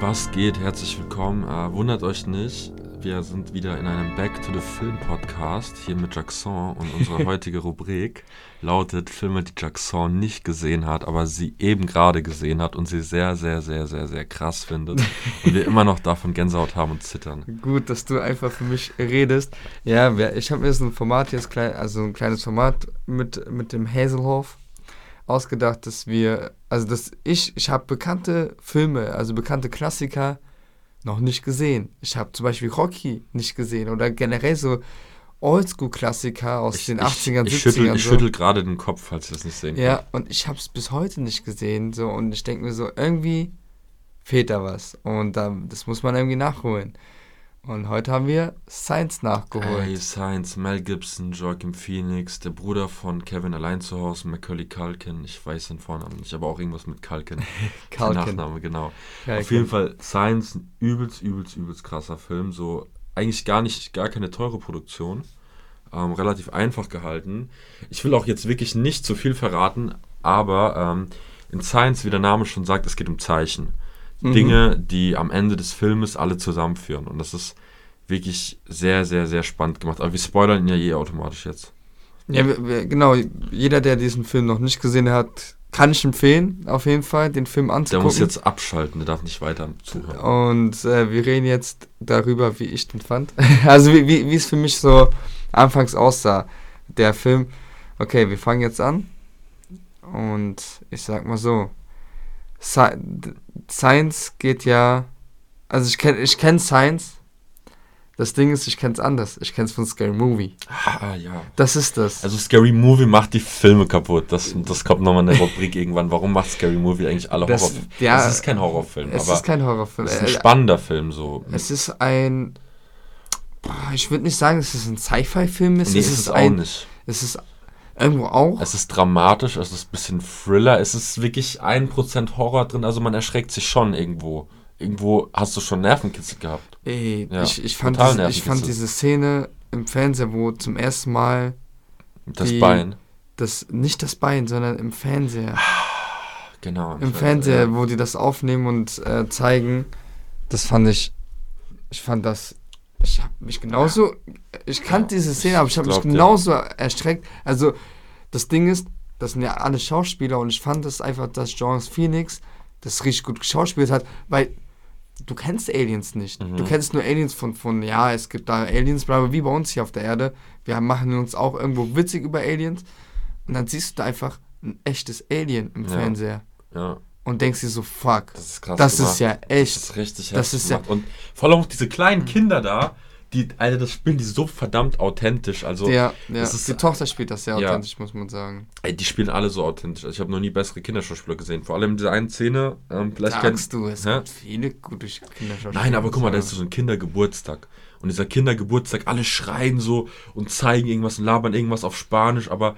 Was geht? Herzlich willkommen. Äh, wundert euch nicht, wir sind wieder in einem Back to the Film Podcast hier mit Jackson und unsere heutige Rubrik lautet Filme, die Jackson nicht gesehen hat, aber sie eben gerade gesehen hat und sie sehr, sehr, sehr, sehr, sehr krass findet und wir immer noch davon Gänsehaut haben und zittern. Gut, dass du einfach für mich redest. Ja, wir- ich habe mir jetzt ein Format jetzt klein, also ein kleines Format mit, mit dem Hazelhoff ausgedacht, dass wir, also dass ich, ich habe bekannte Filme, also bekannte Klassiker noch nicht gesehen. Ich habe zum Beispiel Rocky nicht gesehen oder generell so Oldschool-Klassiker aus den 80ern, ich, ich 70ern. schüttel, ich so. schüttel gerade den Kopf, falls ihr das nicht sehen Ja, und ich habe es bis heute nicht gesehen. So, und ich denke mir so, irgendwie fehlt da was. Und ähm, das muss man irgendwie nachholen. Und heute haben wir Science nachgeholt. Ey, Science, Mel Gibson, Joaquin Phoenix, der Bruder von Kevin allein zu Hause, Macaulay Culkin, ich weiß den Vornamen nicht, aber auch irgendwas mit Culkin. Culkin. Der Nachname, genau. Culkin. Auf jeden Fall, Science, ein übelst, übelst, übelst krasser Film, so eigentlich gar nicht, gar keine teure Produktion, ähm, relativ einfach gehalten. Ich will auch jetzt wirklich nicht zu viel verraten, aber ähm, in Science, wie der Name schon sagt, es geht um Zeichen. Dinge, die am Ende des Filmes alle zusammenführen. Und das ist wirklich sehr, sehr, sehr spannend gemacht. Aber wir spoilern ihn ja eh automatisch jetzt. Ja, wir, wir, genau. Jeder, der diesen Film noch nicht gesehen hat, kann ich empfehlen, auf jeden Fall, den Film Der anzugucken. muss jetzt abschalten, der darf nicht weiter zuhören. Und äh, wir reden jetzt darüber, wie ich den fand. Also wie, wie, wie es für mich so anfangs aussah, der Film. Okay, wir fangen jetzt an. Und ich sag mal so, Sci- d- Science geht ja... Also ich kenne ich kenn Science. Das Ding ist, ich kenn's anders. Ich kenn's von Scary Movie. Ah, ja. Das ist das. Also Scary Movie macht die Filme kaputt. Das, das kommt nochmal in der Rubrik irgendwann. Warum macht Scary Movie eigentlich alle Das- Horrorfilme? ja, das ist kein Horrorfilm, es Also, aber ist kein Horrorfilm. es ist ein Äh, spannender Film so. Es ist ein... Boah, Ich würde nicht sagen, dass es ein Sci-Fi-Film ist. nee, es ist ist, es auch ein, nicht. Es ist irgendwo auch. Es ist dramatisch, es ist ein bisschen Thriller, es ist wirklich 1% Horror drin, also man erschreckt sich schon irgendwo. Irgendwo hast du schon Nervenkitzel gehabt. Ey, Ja, ich, ich, fand total diese, ich nervig fand ist es. diese Szene im Fernseher, wo zum ersten Mal Das Die- Bein. das, nicht das Bein, sondern im Fernseher. Genau. Im Fernseher, wo die das aufnehmen und äh, zeigen. Das fand ich. Ich fand das. Ich hab mich genauso. Ich kannte diese Szene, aber ich habe mich glaub dir. genauso erschreckt. Also, das Ding ist, das sind ja alle Schauspieler und ich fand das einfach, dass Jones Phoenix das richtig gut geschauspielt hat, weil du kennst Aliens nicht. Mhm. Du kennst nur Aliens von, von, ja, es gibt da Aliens, bla, bla, wie bei uns hier auf der Erde. Wir machen uns auch irgendwo witzig über Aliens. Und dann siehst du da einfach ein echtes Alien im Ja. Fernseher Ja, und denkst dir so, fuck, das ist krass. das gemacht. ist ja Das echt. ist richtig Das heftig ist ja- Mhm. gemacht. Und vor allem auch diese kleinen Kinder da, die, Alter, das spielen die so verdammt authentisch. Also, ja, ja. das ist- die Tochter spielt das sehr Ja. authentisch, muss man sagen. ey, die spielen alle so authentisch. Also, ich habe noch nie bessere Kinderschauspieler gesehen. Vor allem in dieser einen Szene, ähm, vielleicht Sagst du, es Hä? gibt viele gute Kinderschauspieler. Nein, aber guck mal, da ist so. so ein Kindergeburtstag. Und dieser Kindergeburtstag, alle schreien so und zeigen irgendwas und labern irgendwas auf Spanisch, aber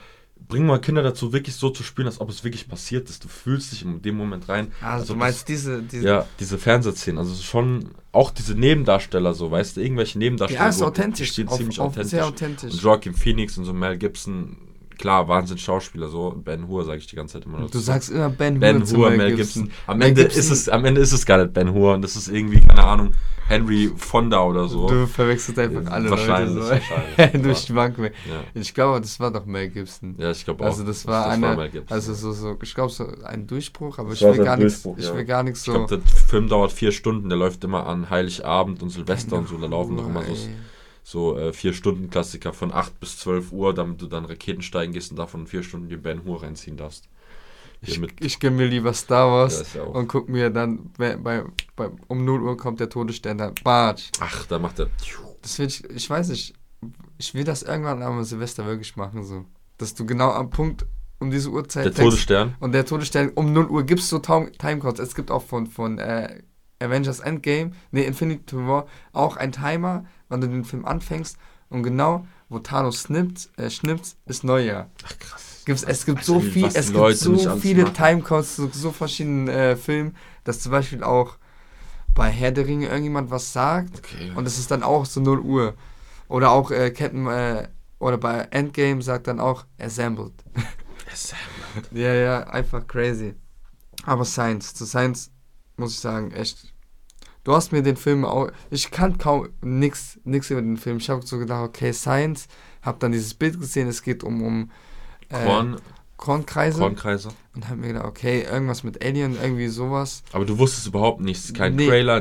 bring mal Kinder dazu, wirklich so zu spielen, als ob es wirklich passiert ist. Du fühlst dich in dem Moment rein. Also, als ob du meinst diese, das, diese ja, diese Fernsehszenen, also es ist schon auch diese Nebendarsteller so, weißt du, irgendwelche Nebendarsteller. Ja, ist so, die authentisch. Spielen Auf- ziemlich auf- authentisch. sehr authentisch. Und Joaquin Phoenix und so Mel Gibson, klar, Wahnsinn Schauspieler, so Ben Hur sage ich die ganze Zeit immer noch. Du sagst immer Ben, Ben zu Hur, Mel Gibson. Am, Mel Ende Gibson, Ist es, am Ende ist es gar nicht Ben Hur und das ist irgendwie, keine Ahnung, Henry Fonda oder so. Du verwechselst einfach Ja, alle wahrscheinlich, Leute so. wahrscheinlich. Durch die Bank weg. Ja. Ich glaube, das war doch Mel Gibson. ja, ich glaube auch. also das war das eine, Mel Gibson. also so, so, ich glaube so ein Durchbruch, aber Das ich war will, sein gar nichts, Durchbruch, ich ja. will gar nichts ich so. glaube, der Film dauert vier Stunden, der läuft immer an Heiligabend und Silvester und so, da laufen noch immer so, Ey. so äh, vier Stunden Klassiker von 8 bis 12 Uhr, damit du dann Raketen steigen gehst und davon vier Stunden die Ben Hur reinziehen darfst. Hier Ich, mit- ich gönn mir lieber Star Ja, Wars ist ja auch- und guck mir dann, bei, bei, bei, um 0 Uhr kommt der Todesstern, Batsch. Ach, da macht er. Das will ich, ich weiß nicht, ich will das irgendwann am Silvester wirklich machen, so. Dass du genau am Punkt um diese Uhrzeit Der denkst, Todesstern. Und der Todesstern um 0 Uhr gibst du Tom- Timecodes. Es gibt auch von, von äh, Avengers Endgame, nee, Infinity War, auch einen Timer, wann du den Film anfängst. Und genau, wo Thanos snippt, äh, schnippt, ist Neujahr. Ach, krass. Gibt's, es gibt Was so, die- viel, was die es gibt Leute nicht so alles viele machen. Timecodes zu so verschiedenen äh, Filmen, dass zum Beispiel auch bei Herr der Ringe irgendjemand was sagt Okay. und es ist dann auch so 0 Uhr. Oder auch äh, Captain, äh, oder bei Endgame sagt dann auch Assembled. Ja, ja, einfach crazy. Aber Science, zu Science muss ich sagen, echt Du hast mir den Film auch. Ich kann kaum nichts nix über den Film. Ich habe so gedacht, okay, Science. Hab dann dieses Bild gesehen. Es geht um, um äh, also Korn, Kornkreise. Kornkreise. Und hab mir gedacht, okay, irgendwas mit Alien, irgendwie sowas. Aber du wusstest überhaupt nichts. Kein Nee, Trailer,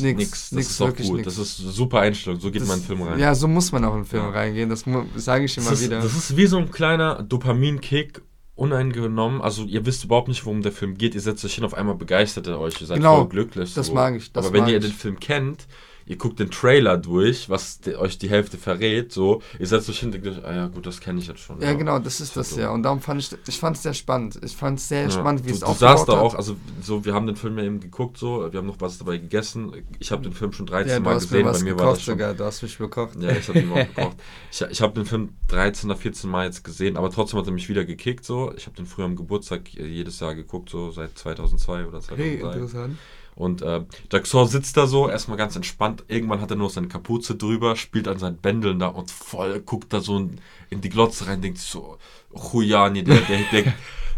nichts. nix, Nix, nix. Das nix, ist auch wirklich gut. nix. Das ist eine super Einstellung. So geht Das- man in den Film rein. Ja, so muss man auch in Filme Ja. reingehen. Das sage ich immer das ist, wieder. Das ist wie so ein kleiner Dopaminkick, uneingenommen. Also ihr wisst überhaupt nicht, worum der Film geht. Ihr setzt euch hin, auf einmal begeistert ihr euch. Ihr seid Genau, voll glücklich. das mag ich, das Aber wenn mag ihr ich. den Film kennt, ihr guckt den Trailer durch, was de- euch die Hälfte verrät, so, ihr setzt euch hin, denkt euch, ah ja gut, das kenne ich jetzt schon. ja, genau, das ist das so. ja. Und darum fand ich, ich fand es sehr spannend. Ich fand es sehr Ja. spannend, wie du, es du saßt aufgebaut da hat. auch, also so, wir haben den Film ja eben geguckt, so, wir haben noch was dabei gegessen. Ich habe den Film schon 13 ja, du Mal hast gesehen, mir was bei mir war gekocht das schon sogar. Du hast mich bekocht. Ja, ich habe ihn auch gekocht. Ich, ich habe den Film 13 oder 14 Mal jetzt gesehen, aber trotzdem hat er mich wieder gekickt so. Ich habe den früher am Geburtstag äh, jedes Jahr geguckt, so seit 2002 oder Hey, 2003. interessant. und äh, Jackson sitzt da so, erstmal ganz entspannt. Irgendwann hat er nur seine Kapuze drüber, spielt an seinen Bändeln da und voll guckt da so in, in die Glotze rein, denkt sich so, Chujani, der, der, der,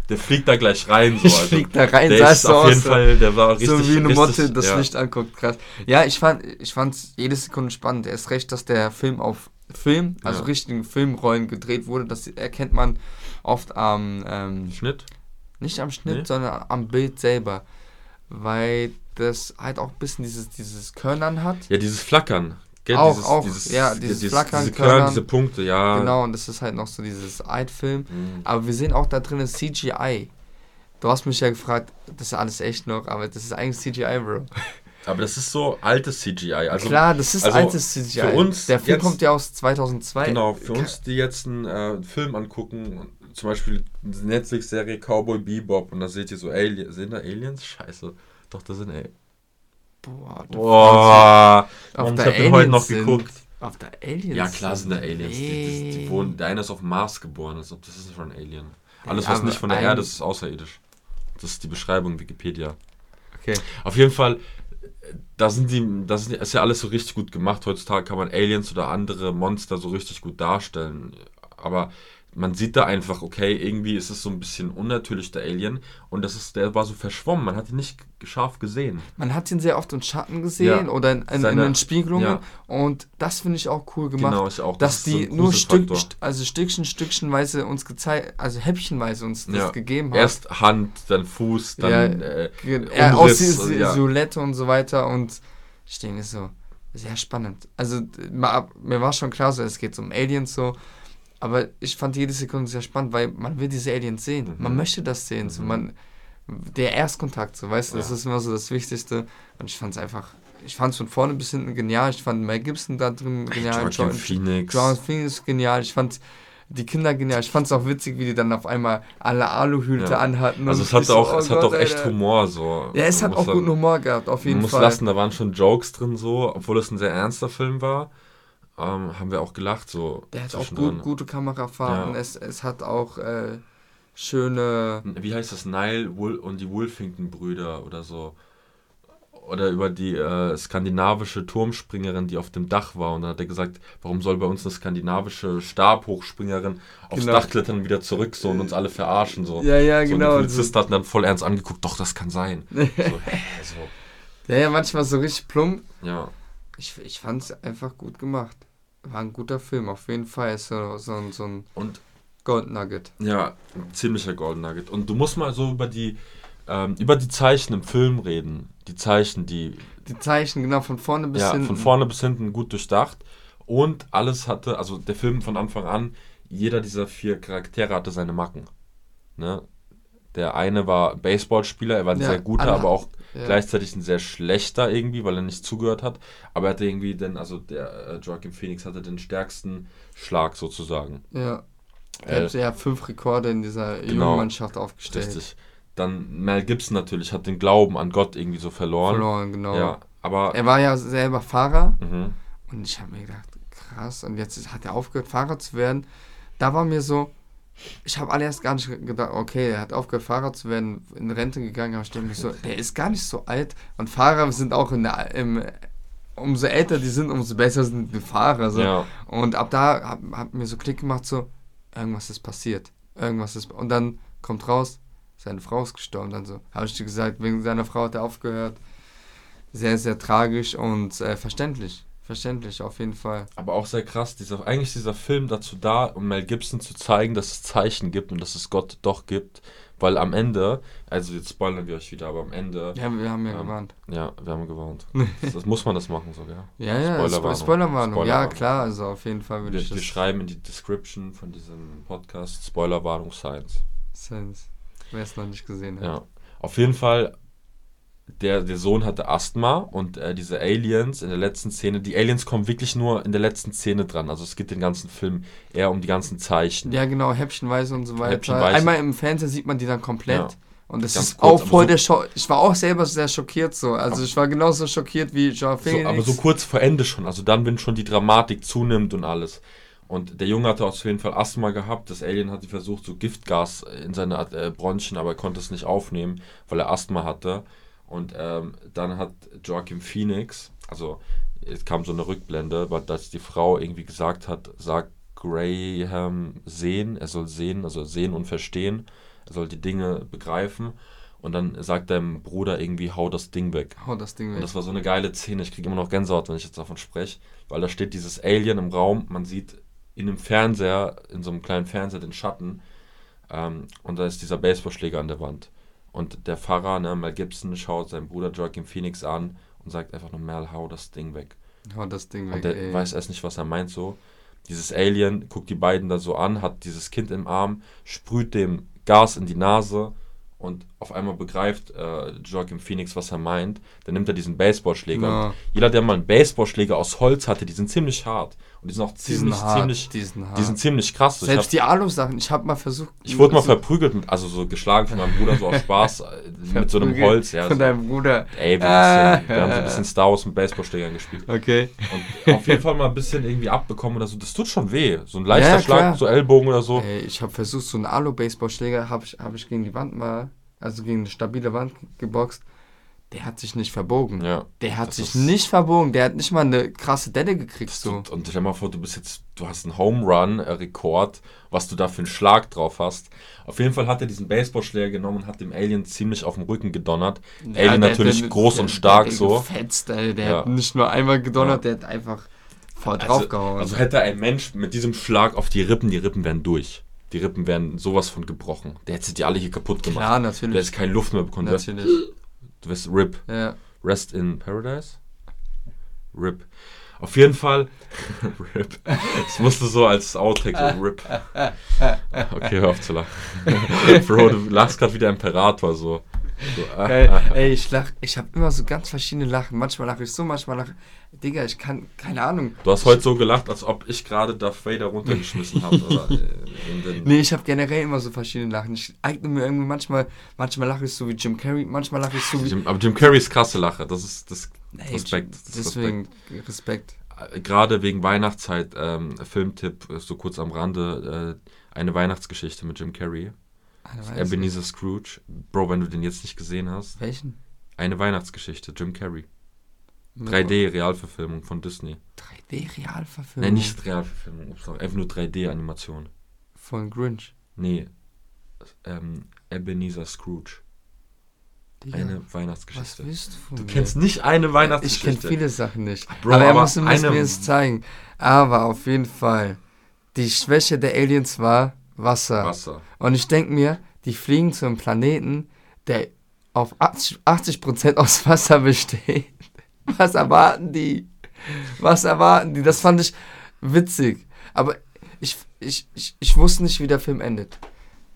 der fliegt da gleich rein. So. also, Ich flieg da rein, der sah ist so auf aus, jeden so- Fall, der war richtig. so wie eine richtig- Motte das ja. Licht anguckt, krass. Ja, ich fand ich fand's jede Sekunde spannend. Erst recht, dass der Film auf Film, also Ja. richtigen Filmrollen gedreht wurde. Das erkennt man oft am ähm, Schnitt. nicht am Schnitt, Nee. sondern am Bild selber, weil das halt auch ein bisschen dieses dieses Körnern hat. Ja, dieses Flackern. Gell? Auch, dieses, auch, ja, dieses Flackern, diese, Körner, Körnern. diese Punkte, ja. Genau, und das ist halt noch so dieses Altfilm. Mhm. Aber wir sehen auch da drin das CGI. Du hast mich ja gefragt, das ist ja alles echt noch, aber das ist eigentlich CGI, Bro. Aber das ist so altes CGI. Also, Klar, das ist also altes CGI. für uns der Film jetzt- kommt ja aus 2002. Genau, für äh, Ka- uns, die jetzt einen äh, Film angucken, zum Beispiel die Netflix-Serie Cowboy Bebop und da seht ihr so Aliens. Sind da Aliens? Scheiße. Doch, da sind Aliens. Boah, du Boah, Auf Mann, ich der hab den heute noch Aliens geguckt. Franz- Auf der Aliens. Ja, klar sind da Aliens. Die, die, die Nee. wohnen, der eine ist auf dem Mars geboren, als ob das ist schon ein Alien. Alles, Ja, was aber nicht von der ein- Erde ist, ist außerirdisch. Das ist die Beschreibung Wikipedia. Okay. Auf jeden Fall, äh, da sind die, das ist ja alles so richtig gut gemacht. Heutzutage kann man Aliens oder andere Monster so richtig gut darstellen. Aber man sieht da einfach, okay, irgendwie ist es so ein bisschen unnatürlich, der Alien. Und das ist, der war so verschwommen, man hat ihn nicht g- scharf gesehen. Man hat ihn sehr oft im Schatten gesehen Ja. oder in, in, in Seine- den Spiegelungen ja. und das finde ich auch cool gemacht. Genau, ich auch. Dass Das ist so die ein nur Stück, Gruselfaktor. st- also Stückchen, Stückchenweise uns gezeigt, also Häppchenweise uns das Ja. gegeben hat. Erst Hand, dann Fuß, dann. Ja. äh, Ge- Umriss, Er, aus die- also, die ja. Silhouette und so weiter und ich denke so, sehr spannend. Also d- ma- ab- mir war schon klar, so es geht um Aliens so, aber ich fand jede Sekunde sehr spannend, weil man will diese Aliens sehen, Mhm. man möchte das sehen, so Mhm. man der Erstkontakt, so weißt du, das Ja. ist immer so das Wichtigste und ich fand es einfach, ich fand es von vorne bis hinten genial, ich fand Mel Gibson da drin genial, Joaquin Jordan Phoenix. Ground Phoenix genial, ich fand die Kinder genial, ich fand es auch witzig, wie die dann auf einmal alle Aluhüte Ja. anhatten. und Also es ich hat so, auch, oh es hat Gott, auch echt Alter. Humor so. Ja, es Man hat muss auch guten dann- Humor gehabt, auf Man jeden muss Fall. lassen, da waren schon Jokes drin so, obwohl es ein sehr ernster Film war, ähm, haben wir auch gelacht so. Der hat auch zwischendrin. gut, gute Kamerafahrten, Ja. es, es hat auch äh, schöne. Wie heißt das? Nile Wol und die Wolfington-Brüder oder so. Oder über die äh, skandinavische Turmspringerin, die auf dem Dach war. Und dann hat er gesagt, warum soll bei uns eine skandinavische Stabhochspringerin aufs Genau. Dach klettern und wieder zurück so und uns alle verarschen so. Ja, ja, so, genau. Und die Polizisten hatten dann voll ernst angeguckt, doch, das kann sein. So, hä, so. Ja, ja, manchmal so richtig plump. Ja. Ich, ich fand es einfach gut gemacht. War ein guter Film, auf jeden Fall. Ist so, so, ein- so ein Und Gold Nugget. Ja, ein ziemlicher Golden Nugget. Und du musst mal so über die, ähm, über die Zeichen im Film reden. Die Zeichen, die Die Zeichen, genau, von vorne bis ja, hinten. von vorne bis hinten gut durchdacht. Und alles hatte, also der Film von Anfang an, jeder dieser vier Charaktere hatte seine Macken. Ne? Der eine war Baseballspieler, er war ein Ja, sehr guter, alle- aber auch ja. gleichzeitig ein sehr schlechter irgendwie, weil er nicht zugehört hat. Aber er hatte irgendwie den, also der äh, Joaquin Phoenix hatte den stärksten Schlag sozusagen. Ja. Äh, Er hat ja fünf Rekorde in dieser genau. jungen Mannschaft aufgestellt. Richtig. Dann Mel Gibson natürlich hat den Glauben an Gott irgendwie so verloren. Verloren, genau. Ja, aber Er war ja selber Fahrer. mhm. Und ich habe mir gedacht, krass, und jetzt hat er aufgehört, Fahrer zu werden. Da war mir so, ich habe allererst gar nicht ge- gedacht, okay, er hat aufgehört, Fahrer zu werden, in Rente gegangen, aber ich denke mir so, der ist gar nicht so alt. Und Fahrer sind auch in der, im, umso älter die sind, umso besser sind die Fahrer. So. ja, Und ab da hat, hat mir so Klick gemacht, so, irgendwas ist passiert. Irgendwas ist. Und dann kommt raus, seine Frau ist gestorben. Dann so, habe ich dir gesagt, wegen seiner Frau hat er aufgehört. sehr, sehr tragisch und äh, verständlich. Verständlich, auf jeden Fall. Aber auch sehr krass, dieser, eigentlich dieser Film dazu da, um Mel Gibson zu zeigen, dass es Zeichen gibt und dass es Gott doch gibt. Weil am Ende, also jetzt spoilern wir euch wieder, aber am Ende, Ja, wir haben ja Ähm, gewarnt. ja, wir haben gewarnt. Das, das muss man das machen sogar. Ja, ja, Spoilerwarnung. Spoilerwarnung. Spoilerwarnung. Ja, Spoilerwarnung. klar, also auf jeden Fall würde Wir, ich wir das schreiben in die Description von diesem Podcast Spoilerwarnung Science. Sense. Wer es noch nicht gesehen hat. Ja. Auf jeden Fall, der, der Sohn hatte Asthma und äh, diese Aliens in der letzten Szene, die Aliens kommen wirklich nur in der letzten Szene dran. Also es geht den ganzen Film eher um die ganzen Zeichen. Ja, genau, Häppchenweise und so weiter. Häppchenweise. Einmal im Fernsehen sieht man die dann komplett. Ja. Und das Ganz ist kurz, auch aber voll so- der Schock. Ich war auch selber sehr schockiert so. Also Aber- ich war genauso schockiert wie Joao Felix. So, aber so kurz vor Ende schon, also dann, wenn schon die Dramatik zunimmt und alles. Und der Junge hatte auf jeden Fall Asthma gehabt. Das Alien hatte versucht, so Giftgas in seine At- äh, Bronchien, aber er konnte es nicht aufnehmen, weil er Asthma hatte. Und ähm, dann hat Joachim Phoenix, also es kam so eine Rückblende, weil dass die Frau irgendwie gesagt hat, sagt Graham sehen, er soll sehen, also sehen und verstehen, er soll die Dinge begreifen. Und dann sagt deinem Bruder irgendwie, hau das Ding weg. Hau das Ding Und weg. das war so eine geile Szene. Ich kriege immer noch Gänsehaut, wenn ich jetzt davon spreche. Weil da steht dieses Alien im Raum. Man sieht in einem Fernseher, in so einem kleinen Fernseher, den Schatten. Ähm, und da ist dieser Baseballschläger an der Wand. Und der Pfarrer, ne, Mel Gibson, schaut seinen Bruder Joaquin Phoenix an und sagt einfach nur, Mel, hau das Ding weg. Hau das Ding weg. Und der ey. weiß also erst nicht, was er meint so. Dieses Alien guckt die beiden da so an, hat dieses Kind im Arm, sprüht dem Gas in die Nase und auf einmal begreift äh, Joaquin Phoenix, was er meint. Dann nimmt er diesen Baseballschläger. Ja. Und jeder, der mal einen Baseballschläger aus Holz hatte, die sind ziemlich hart. Und die sind auch Die sind ziemlich, hart, ziemlich, die sind hart. die sind ziemlich krass. So, ich hab- Selbst die Alu-Sachen, ich habe mal versucht. ich wurde mal so- verprügelt, mit, also so geschlagen von meinem Bruder, so aus Spaß, äh, mit so einem verprügelt Holz. Ja, Von so, deinem Bruder. ey, wir, Ah. haben so ein bisschen, wir haben so ein bisschen Star Wars mit Baseballschlägern gespielt. Okay. Und auf jeden Fall mal ein bisschen irgendwie abbekommen oder so. Das tut schon weh. So ein leichter Ja, ja, klar. Schlag, so Ellbogen oder so. Ey, ich habe versucht, so einen Alu-Baseballschläger habe ich, hab ich gegen die Wand mal, also gegen eine stabile Wand geboxt. Der hat sich nicht verbogen. Ja. Der hat Das sich ist- nicht verbogen. Der hat nicht mal eine krasse Delle gekriegt. Das So. tut, und stell mal vor, du bist jetzt, du hast einen Home Run-Rekord, was du da für einen Schlag drauf hast. Auf jeden Fall hat er diesen Baseballschläger genommen und hat dem Alien ziemlich auf den Rücken gedonnert. der- Alien natürlich der- groß der- und stark der, so. Gefetzt, ey. Der Ja. hat nicht nur einmal gedonnert, Ja. der hat einfach voll Also, draufgehauen. also hätte ein Mensch mit diesem Schlag auf die Rippen, die Rippen wären durch. Die Rippen wären sowas von gebrochen. Der hätte die alle hier kaputt gemacht. Klar, Du natürlich. hättest keine Luft mehr bekommen. Du wärst, Natürlich. du wärst RIP. Ja. Rest in Paradise? RIP. Auf jeden Fall. RIP. Es musste so als Outtake so RIP. Okay, hör auf zu lachen. Bro, du lachst gerade wie der Imperator so. so Geil. ah, ah. Ey, ich lach, ich habe immer so ganz verschiedene Lachen. Manchmal lache ich so, manchmal lache Digga, ich kann, keine Ahnung. Du hast heute so gelacht, als ob ich gerade Darth Vader runtergeschmissen habe. oder, äh, in den- Nee, ich habe generell immer so verschiedene Lachen. Ich eigne mir irgendwie manchmal, manchmal lache ich so wie Jim Carrey, manchmal lache ich so wie. Also Jim, aber Jim Carrey ist krasse Lache. Das ist das Ey, Respekt. Das ist Deswegen Respekt. Respekt. Gerade wegen Weihnachtszeit, ähm, Filmtipp, äh, so kurz am Rande, äh, eine Weihnachtsgeschichte mit Jim Carrey. Alter, weiß ich Ebenezer Scrooge. Bro, wenn du den jetzt nicht gesehen hast. nicht. Welchen? Eine Weihnachtsgeschichte, Jim Carrey. 3D-Realverfilmung von Disney. 3D-Realverfilmung. Nein, nicht Realverfilmung, ups, einfach nur 3D-Animation. Von Grinch. Nee. Ähm, Ebenezer Scrooge. Digga, Eine was Weihnachtsgeschichte. willst du von Du mir? kennst nicht eine Äh, ich kenne Weihnachtsgeschichte. viele Sachen nicht. Bro, aber er aber muss mir eine- es zeigen. Aber auf jeden Fall, die Schwäche der Aliens war Wasser. Wasser. Und ich denke mir, die fliegen zu einem Planeten, der auf 80 80% aus Wasser besteht. Was erwarten die? Was erwarten die? Das fand ich witzig. Aber ich, ich, ich, ich wusste nicht, wie der Film endet.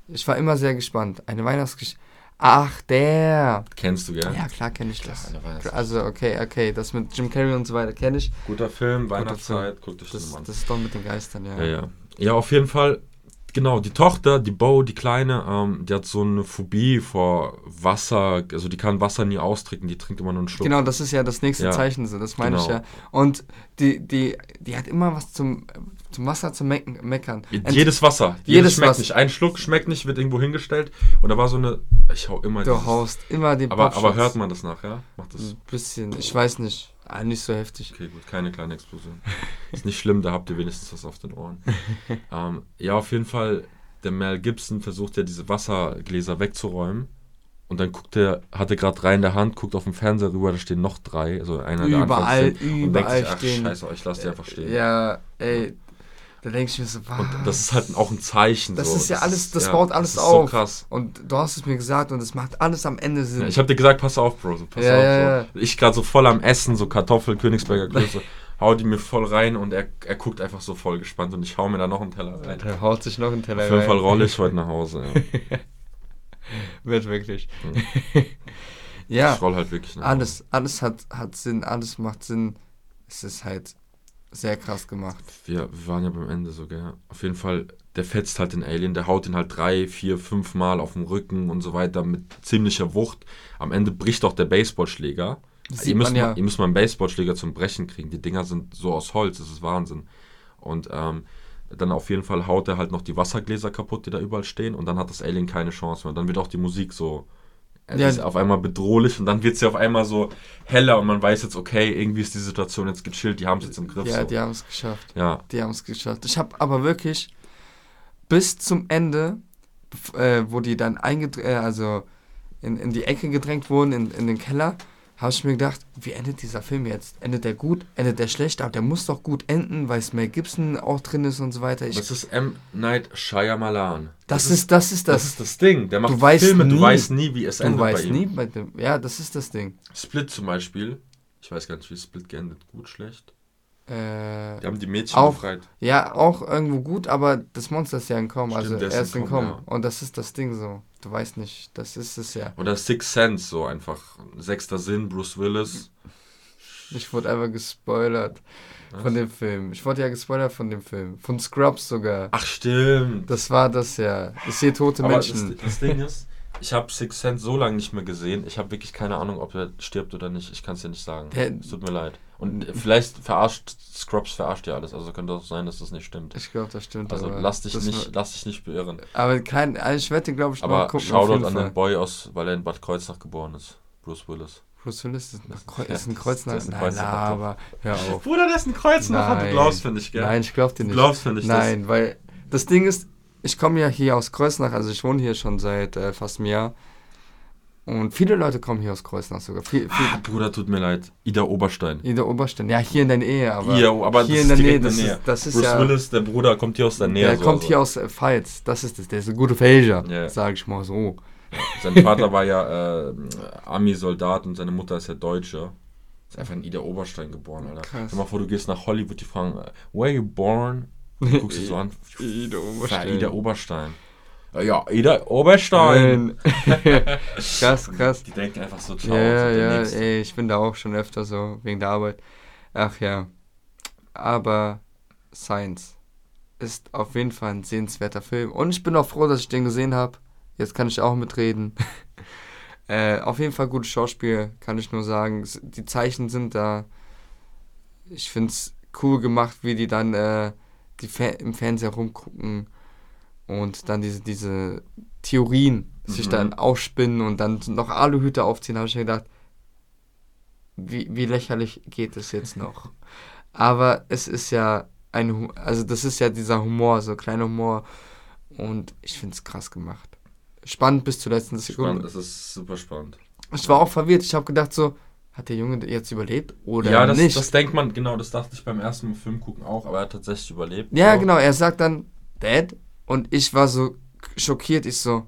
Ich war immer sehr gespannt. Eine Weihnachtsgeschichte. Ach, der. Kennst du, gell? Ja, klar kenne ich das. Eine Weihnachtsgeschichte. Also, okay, okay. Das mit Jim Carrey und so weiter kenne ich. Guter Film, Weihnachtszeit, guck dich Das, das an. das ist doch mit den Geistern, ja. Ja, ja. Ja, auf jeden Fall. Genau, die Tochter, die Bo, die Kleine, ähm, die hat so eine Phobie vor Wasser. Also die kann Wasser nie austrinken, die trinkt immer nur einen Schluck. Genau, das ist ja das nächste Ja. Zeichen, so, das meine ich Genau. ja. Und die, die, die hat immer was zum, zum Wasser zu mecken, meckern. Ent- Ent- Jedes Wasser. Jedes, Jedes schmeckt Wasser. nicht. Ein Schluck schmeckt nicht, wird irgendwo hingestellt. Und da war so eine. Ich hau immer du dieses- haust immer den aber, Popschutz. Mhm. aber hört man das nachher? Macht das. Ein bisschen, ich weiß nicht. Ah, nicht so heftig. Okay, gut, keine kleine Explosion. Ist nicht schlimm, da habt ihr wenigstens was auf den Ohren. ähm, ja, auf jeden Fall, der Mel Gibson versucht ja diese Wassergläser wegzuräumen. Und dann guckt er, hat er gerade drei in der Hand, guckt auf dem Fernseher rüber, da stehen noch drei. Also einer der Überall, Anfangsszenen. Und denkt überall sich, ach, stehen- Äh, Scheiße, ich lasse die einfach stehen. Ja, ey, da denke ich mir so, was? Und das ist halt auch ein Zeichen. Das so. ist ja alles- das ja, baut alles das ist auf. So krass. Und du hast es mir gesagt und es macht alles am Ende Sinn. Ja, ich habe dir gesagt, pass auf, Bro, so, pass Hm. Ja, auf. ja, so. Ich gerade so voll am Essen, so Kartoffeln, Königsberger Klöße, hau die mir voll rein und er, er guckt einfach so voll gespannt und ich hau mir da noch einen Teller rein. Der haut sich noch einen Teller Auf jeden Fall rein. rolle ich heute nach Hause. Ja. Wird wirklich. Mhm. ja, Ah, Ich roll halt wirklich nach Hause. alles, alles hat, hat Sinn, alles macht Sinn. Es ist halt sehr krass gemacht. Wir, wir waren ja beim Ende so, gell. Auf jeden Fall, der fetzt halt den Alien, der haut ihn halt drei, vier, fünf Mal auf den Rücken und so weiter mit ziemlicher Wucht. Am Ende bricht auch der Baseballschläger. Das ihr, sieht müsst man ja. mal, ihr müsst mal einen Baseballschläger zum Brechen kriegen. Die Dinger sind so aus Holz, das ist Wahnsinn. Und ähm, dann auf jeden Fall haut er halt noch die Wassergläser kaputt, die da überall stehen. Und dann hat das Alien keine Chance mehr. Dann wird auch die Musik so. Es Ja. ist auf einmal bedrohlich und dann wird sie auf einmal so heller und man weiß jetzt, okay, irgendwie ist die Situation jetzt gechillt, die haben es jetzt im Griff. Ja, so. die haben es geschafft. ja. Die haben es geschafft. Ich habe aber wirklich bis zum Ende, f- äh, wo die dann eingedr äh, also in, in die Ecke gedrängt wurden, in, in den Keller, habe ich mir gedacht, wie endet dieser Film jetzt? Endet der gut? Endet der schlecht? Aber der muss doch gut enden, weil es Mel Gibson auch drin ist und so weiter. Ich, Das ist M. Night Shyamalan. das ist, das ist das, das. ist das Ding. Der macht Du weißt Filme, nie. du weißt nie, wie es du endet weißt bei ihm. nie bei dem. Ja, das ist das Ding. Split zum Beispiel. Ich weiß gar nicht, wie Split geendet. Gut, schlecht. Äh, Die haben die Mädchen Auch. befreit. ja, auch irgendwo gut, aber das Monster ist ja entkommen. Stimmt, also der ist er ist entkommen. entkommen, Und das ist das Ding so. Du weißt nicht, das ist es ja. Oder Six Sense, so einfach. Sechster Sinn, Bruce Willis. Ich wurde einfach gespoilert von dem Film. Ich wurde ja gespoilert von dem Film. Von Scrubs sogar. Ach, stimmt. Das war das ja. Ich sehe tote Aber Menschen. Das, das Ding ist, ich habe Six Sense so lange nicht mehr gesehen. Ich habe wirklich keine Ahnung, ob er stirbt oder nicht. Ich kann es dir nicht sagen. Der- Es tut mir leid. Und äh, vielleicht verarscht Scrubs verarscht ja alles. Also könnte auch sein, dass das nicht stimmt. Ich glaube, das stimmt. Also aber lass dich das nicht, lass dich nicht beirren. War, aber kein. also Ich wette, glaube ich, Aber noch gucken auf Shoutout jeden an Fall. den Boy aus, weil er in Bad Kreuznach geboren ist. Bruce Willis. Bruce Willis ist ein, Kreu Ja, ist ein das- Kreuznach. das ist ein Nein, Kreuznach, aber hör auf. Bruder, der ist ein Kreuznacher. Nein. Du glaubst, finde ich, gell? Nein, ich glaube dir du nicht. glaubst, finde ich Nein, weil das Ding ist, ich komme ja hier aus Kreuznach, also ich wohne hier schon seit äh, fast einem Jahr. Und viele Leute kommen hier aus Kreuznach sogar. Viel, das. Ah, viel, Bruder, tut mir leid. Ida Oberstein. in der Oberstein. Ja, hier in der Nähe, aber. ja, aber hier das in der ist Nähe, direkt das in der ist, das ist Bruce ja. Willis, der Bruder, kommt hier aus der Nähe. der so, kommt also. hier aus äh, Pfalz, das ist das. Der ist ein guter Felger, Ja. sage ich mal so. Sein Vater war ja äh, Army-Soldat und seine Mutter ist ja Deutsche. Ist einfach in Ida Oberstein geboren, Alter. Krass. Stell mal vor, du gehst nach Hollywood, die fragen, äh, where you born? Und du guckst dich so an. Ida Ja, Ida Oberstein. Ja, Ida Oberstein. krass, krass. Die denken einfach so, ciao, Ja, sind der ja, Nächste. ey, ich bin da auch schon öfter so, wegen der Arbeit. Ach ja. Aber Science ist auf jeden Fall ein sehenswerter Film. Und ich bin auch froh, dass ich den gesehen habe. Jetzt kann ich auch mitreden. äh, auf jeden Fall gutes Schauspiel, kann ich nur sagen. S- Die Zeichen sind da. Ich find's cool gemacht, wie die dann äh, die Fa im Fernseher rumgucken und dann diese, diese Theorien sich Mhm. dann aufspinnen und dann noch Aluhüte aufziehen, habe ich mir gedacht, wie, wie lächerlich geht es jetzt noch? Aber es ist ja ein, Hu- also das ist ja dieser Humor, so kleiner Humor. Und ich finde es krass gemacht. Spannend bis zur letzten Spannend, Sekunde. das ist super spannend. Ich war auch verwirrt. Ich habe gedacht so, hat der Junge jetzt überlebt oder ja, das, nicht? das denkt man, genau, das dachte ich beim ersten Film gucken auch, aber er hat tatsächlich überlebt. ja, so. genau. Er sagt dann Dad und ich war so schockiert. Ich so,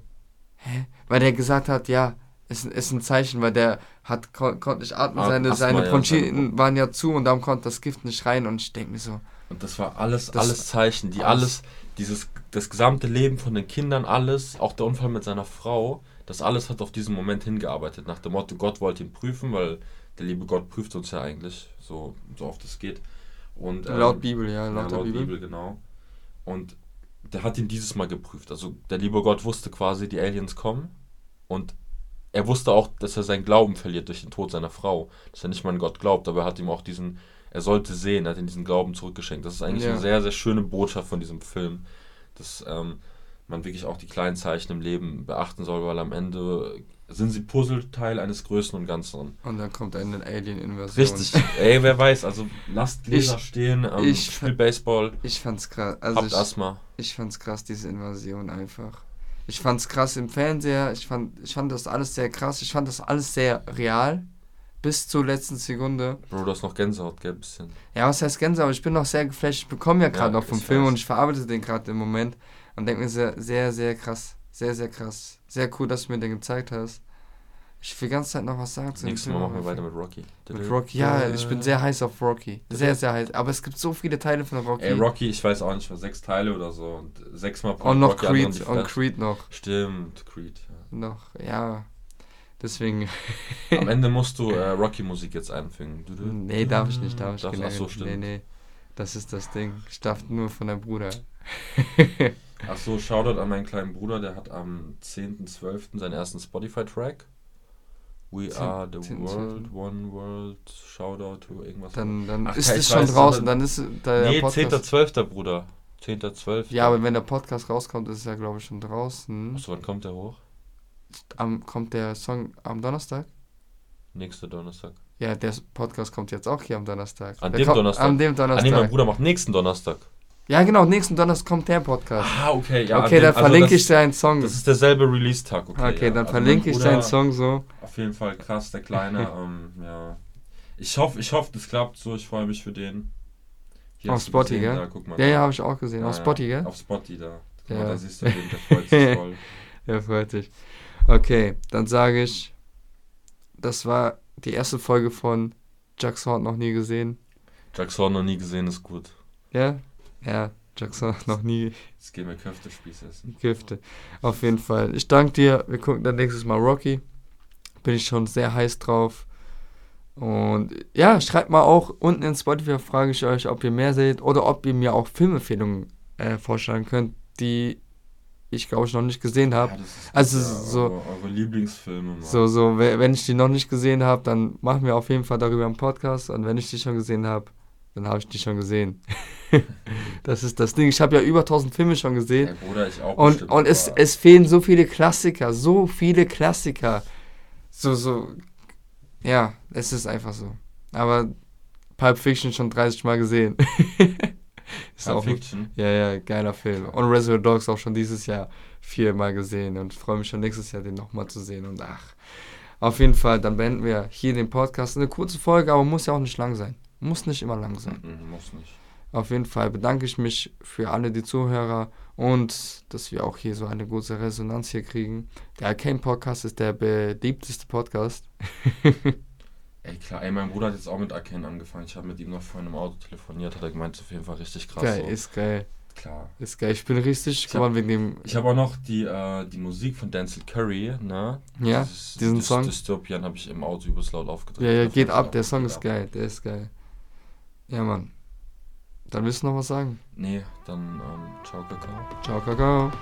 hä? Weil der gesagt hat, ja, ist, ist ein Zeichen, weil der hat kon konnte nicht atmen. At- Seine, Asthma, seine ja, Bronchien seine- waren ja zu und darum konnte das Gift nicht rein. Und ich denke mir so, Und das war alles, Das- alles Zeichen, die alles. alles, dieses, das gesamte Leben von den Kindern, alles, auch der Unfall mit seiner Frau, das alles hat auf diesen Moment hingearbeitet, nach dem Motto, Gott wollte ihn prüfen, weil der liebe Gott prüft uns ja eigentlich, so, so oft es geht. Und, ähm, laut Bibel, ja, Ja, laut, der laut Bibel. Bibel. genau. Und der hat ihn dieses Mal geprüft. Also der liebe Gott wusste quasi, die Aliens kommen. Und er wusste auch, dass er seinen Glauben verliert durch den Tod seiner Frau. Dass er nicht mal an Gott glaubt, aber er hat ihm auch diesen, er sollte sehen, er hat ihm diesen Glauben zurückgeschenkt. Das ist eigentlich Ja. eine sehr, sehr schöne Botschaft von diesem Film, dass ähm, man wirklich auch die kleinen Zeichen im Leben beachten soll, weil am Ende sind sie Puzzleteil eines Größen und Ganzen. Und dann kommt eine Alien-Invasion. Richtig. Ey, wer weiß, also lasst Gläser stehen, ähm, ich- spielt Baseball, Ich fand's krass. habt Also ich, Asthma. ich fand's krass, diese Invasion einfach. Ich fand es krass im Fernseher. Ich fand, ich fand das alles sehr krass. Ich fand das alles sehr real. Bis zur letzten Sekunde. Bro, du hast noch Gänsehaut, gell? Bisschen. Ja, was heißt Gänse? Aber ich bin noch sehr geflasht. Ich bekomme ja gerade Ja, noch vom ich Film weiß. und ich verarbeite den gerade im Moment. Und denke mir sehr, sehr, sehr krass. Sehr, sehr krass. Sehr cool, dass du mir den gezeigt hast. Ich will die ganze Zeit noch was sagen zu dem Nächstes Film. Mal machen wir aber- weiter mit Rocky. Mit Rocky, ja, ich bin sehr heiß auf Rocky. Sehr, sehr heiß. Aber es gibt so viele Teile von Rocky. Ey, Rocky, ich weiß auch nicht, war sechs Teile oder so. Und sechsmal pro und noch Rocky anderen die Creed. Und Fresse. Creed noch. Stimmt, Creed. Noch, ja. Deswegen. Ja. Am Ende musst du äh, Rocky-Musik jetzt einfügen. Du, du. Nee, darf ich nicht, darf ich Darf- genau. ach so, Nee, stimmt. nee. Das ist das Ding. Ich darf nur von deinem Bruder. Achso, Shoutout an meinen kleinen Bruder, der hat am 10.12. seinen ersten Spotify-Track. We Zehn- are the 10.12.. world, one world, Shoutout to irgendwas. Dann, dann Ach, ist ja, es ich schon weiß, draußen. aber- Dann ist der nee, Podcast. 10.12. Bruder. 10.12. Ja, aber wenn der Podcast rauskommt, ist er, glaube ich, schon draußen. Achso, wann kommt der hoch? Am, kommt der Song am Donnerstag? Nächster Donnerstag. Ja, der Podcast kommt jetzt auch hier am Donnerstag. An Der dem kommt- Donnerstag? An dem Ah, nee, mein Donnerstag. Bruder macht nächsten Donnerstag. Ja, genau, nächsten Donnerstag kommt der Podcast. Ah, okay, ja. okay, an dem- dann verlinke das, ich dir einen Song. Das ist derselbe Release-Tag, okay. okay, ja. dann Also mein verlinke ich Bruder- deinen Song so. Auf jeden Fall krass, der Kleine. ähm, ja. Ich hoffe, ich hoffe, das klappt so. Ich freue mich für den. Hier Auf hast du Spotty, gesehen, Da, gell? guck mal. Ja, ja, habe ich auch gesehen. Ja, auf Spotty, ja, gell? Auf Spotty da. Guck Ja. mal, da siehst du den, der freut sich voll. Ja, freut dich. Okay, dann sage ich, das war die erste Folge von Jackson hat noch nie gesehen. Jackson noch nie gesehen, ist gut. Ja? Ja, Jackson hat noch nie Jetzt gehen wir Köftespieß essen. Gifte. Auf jeden Fall. Ich danke dir. Wir gucken dann nächstes Mal Rocky. Bin ich schon sehr heiß drauf. Und ja, schreibt mal auch unten in Spotify, frage ich euch, ob ihr mehr seht oder ob ihr mir auch Filmempfehlungen äh, vorschlagen könnt, die ich glaube ich noch nicht gesehen habe. das ist Also so- Eure, eure Lieblingsfilme, Mann. So, so, we- wenn ich die noch nicht gesehen habe, dann machen wir auf jeden Fall darüber einen Podcast. Und wenn ich die schon gesehen habe, dann habe ich die schon gesehen. das ist das Ding. Ich habe ja über 1000 Filme schon gesehen. Ey, Bruder, ich auch Und, bestimmt, und es, aber es fehlen so viele Klassiker, so viele Klassiker. So, so, ja, es ist einfach so. Aber Pulp Fiction schon 30 Mal gesehen. ist Pulp auch ein, Fiction. ja, ja, geiler Film. Klar. Und Reservoir Dogs auch schon dieses Jahr viermal gesehen und freue mich schon nächstes Jahr, den nochmal zu sehen. Und ach, auf jeden Fall, dann beenden wir hier den Podcast. Eine kurze Folge, aber muss ja auch nicht lang sein. Muss nicht immer lang sein. Mhm, muss nicht. Auf jeden Fall bedanke ich mich für alle die Zuhörer und dass wir auch hier so eine große Resonanz hier kriegen. Der Arcane Podcast ist der beliebteste Podcast. Ey, klar, ey, mein Bruder hat jetzt auch mit Arcane angefangen. Ich habe mit ihm noch vorhin im Auto telefoniert, hat er gemeint, ist auf jeden Fall richtig krass. geil, so. ist geil. Klar. Ist geil. Ich bin richtig hab- geworden wegen dem. Ich habe auch noch die, äh, die Musik von Denzel Curry, ne? Ja, Dieses- diesen Dys- Song. Dystopian habe ich im Auto übelst laut aufgedreht. Ja, ja, Da geht fand's ab. Der auch Song gut ist ab. geil. Der ist geil. Ja, Mann. Dann willst du noch was sagen? Nee, dann ähm, ciao, Kakao. Ciao, Kakao.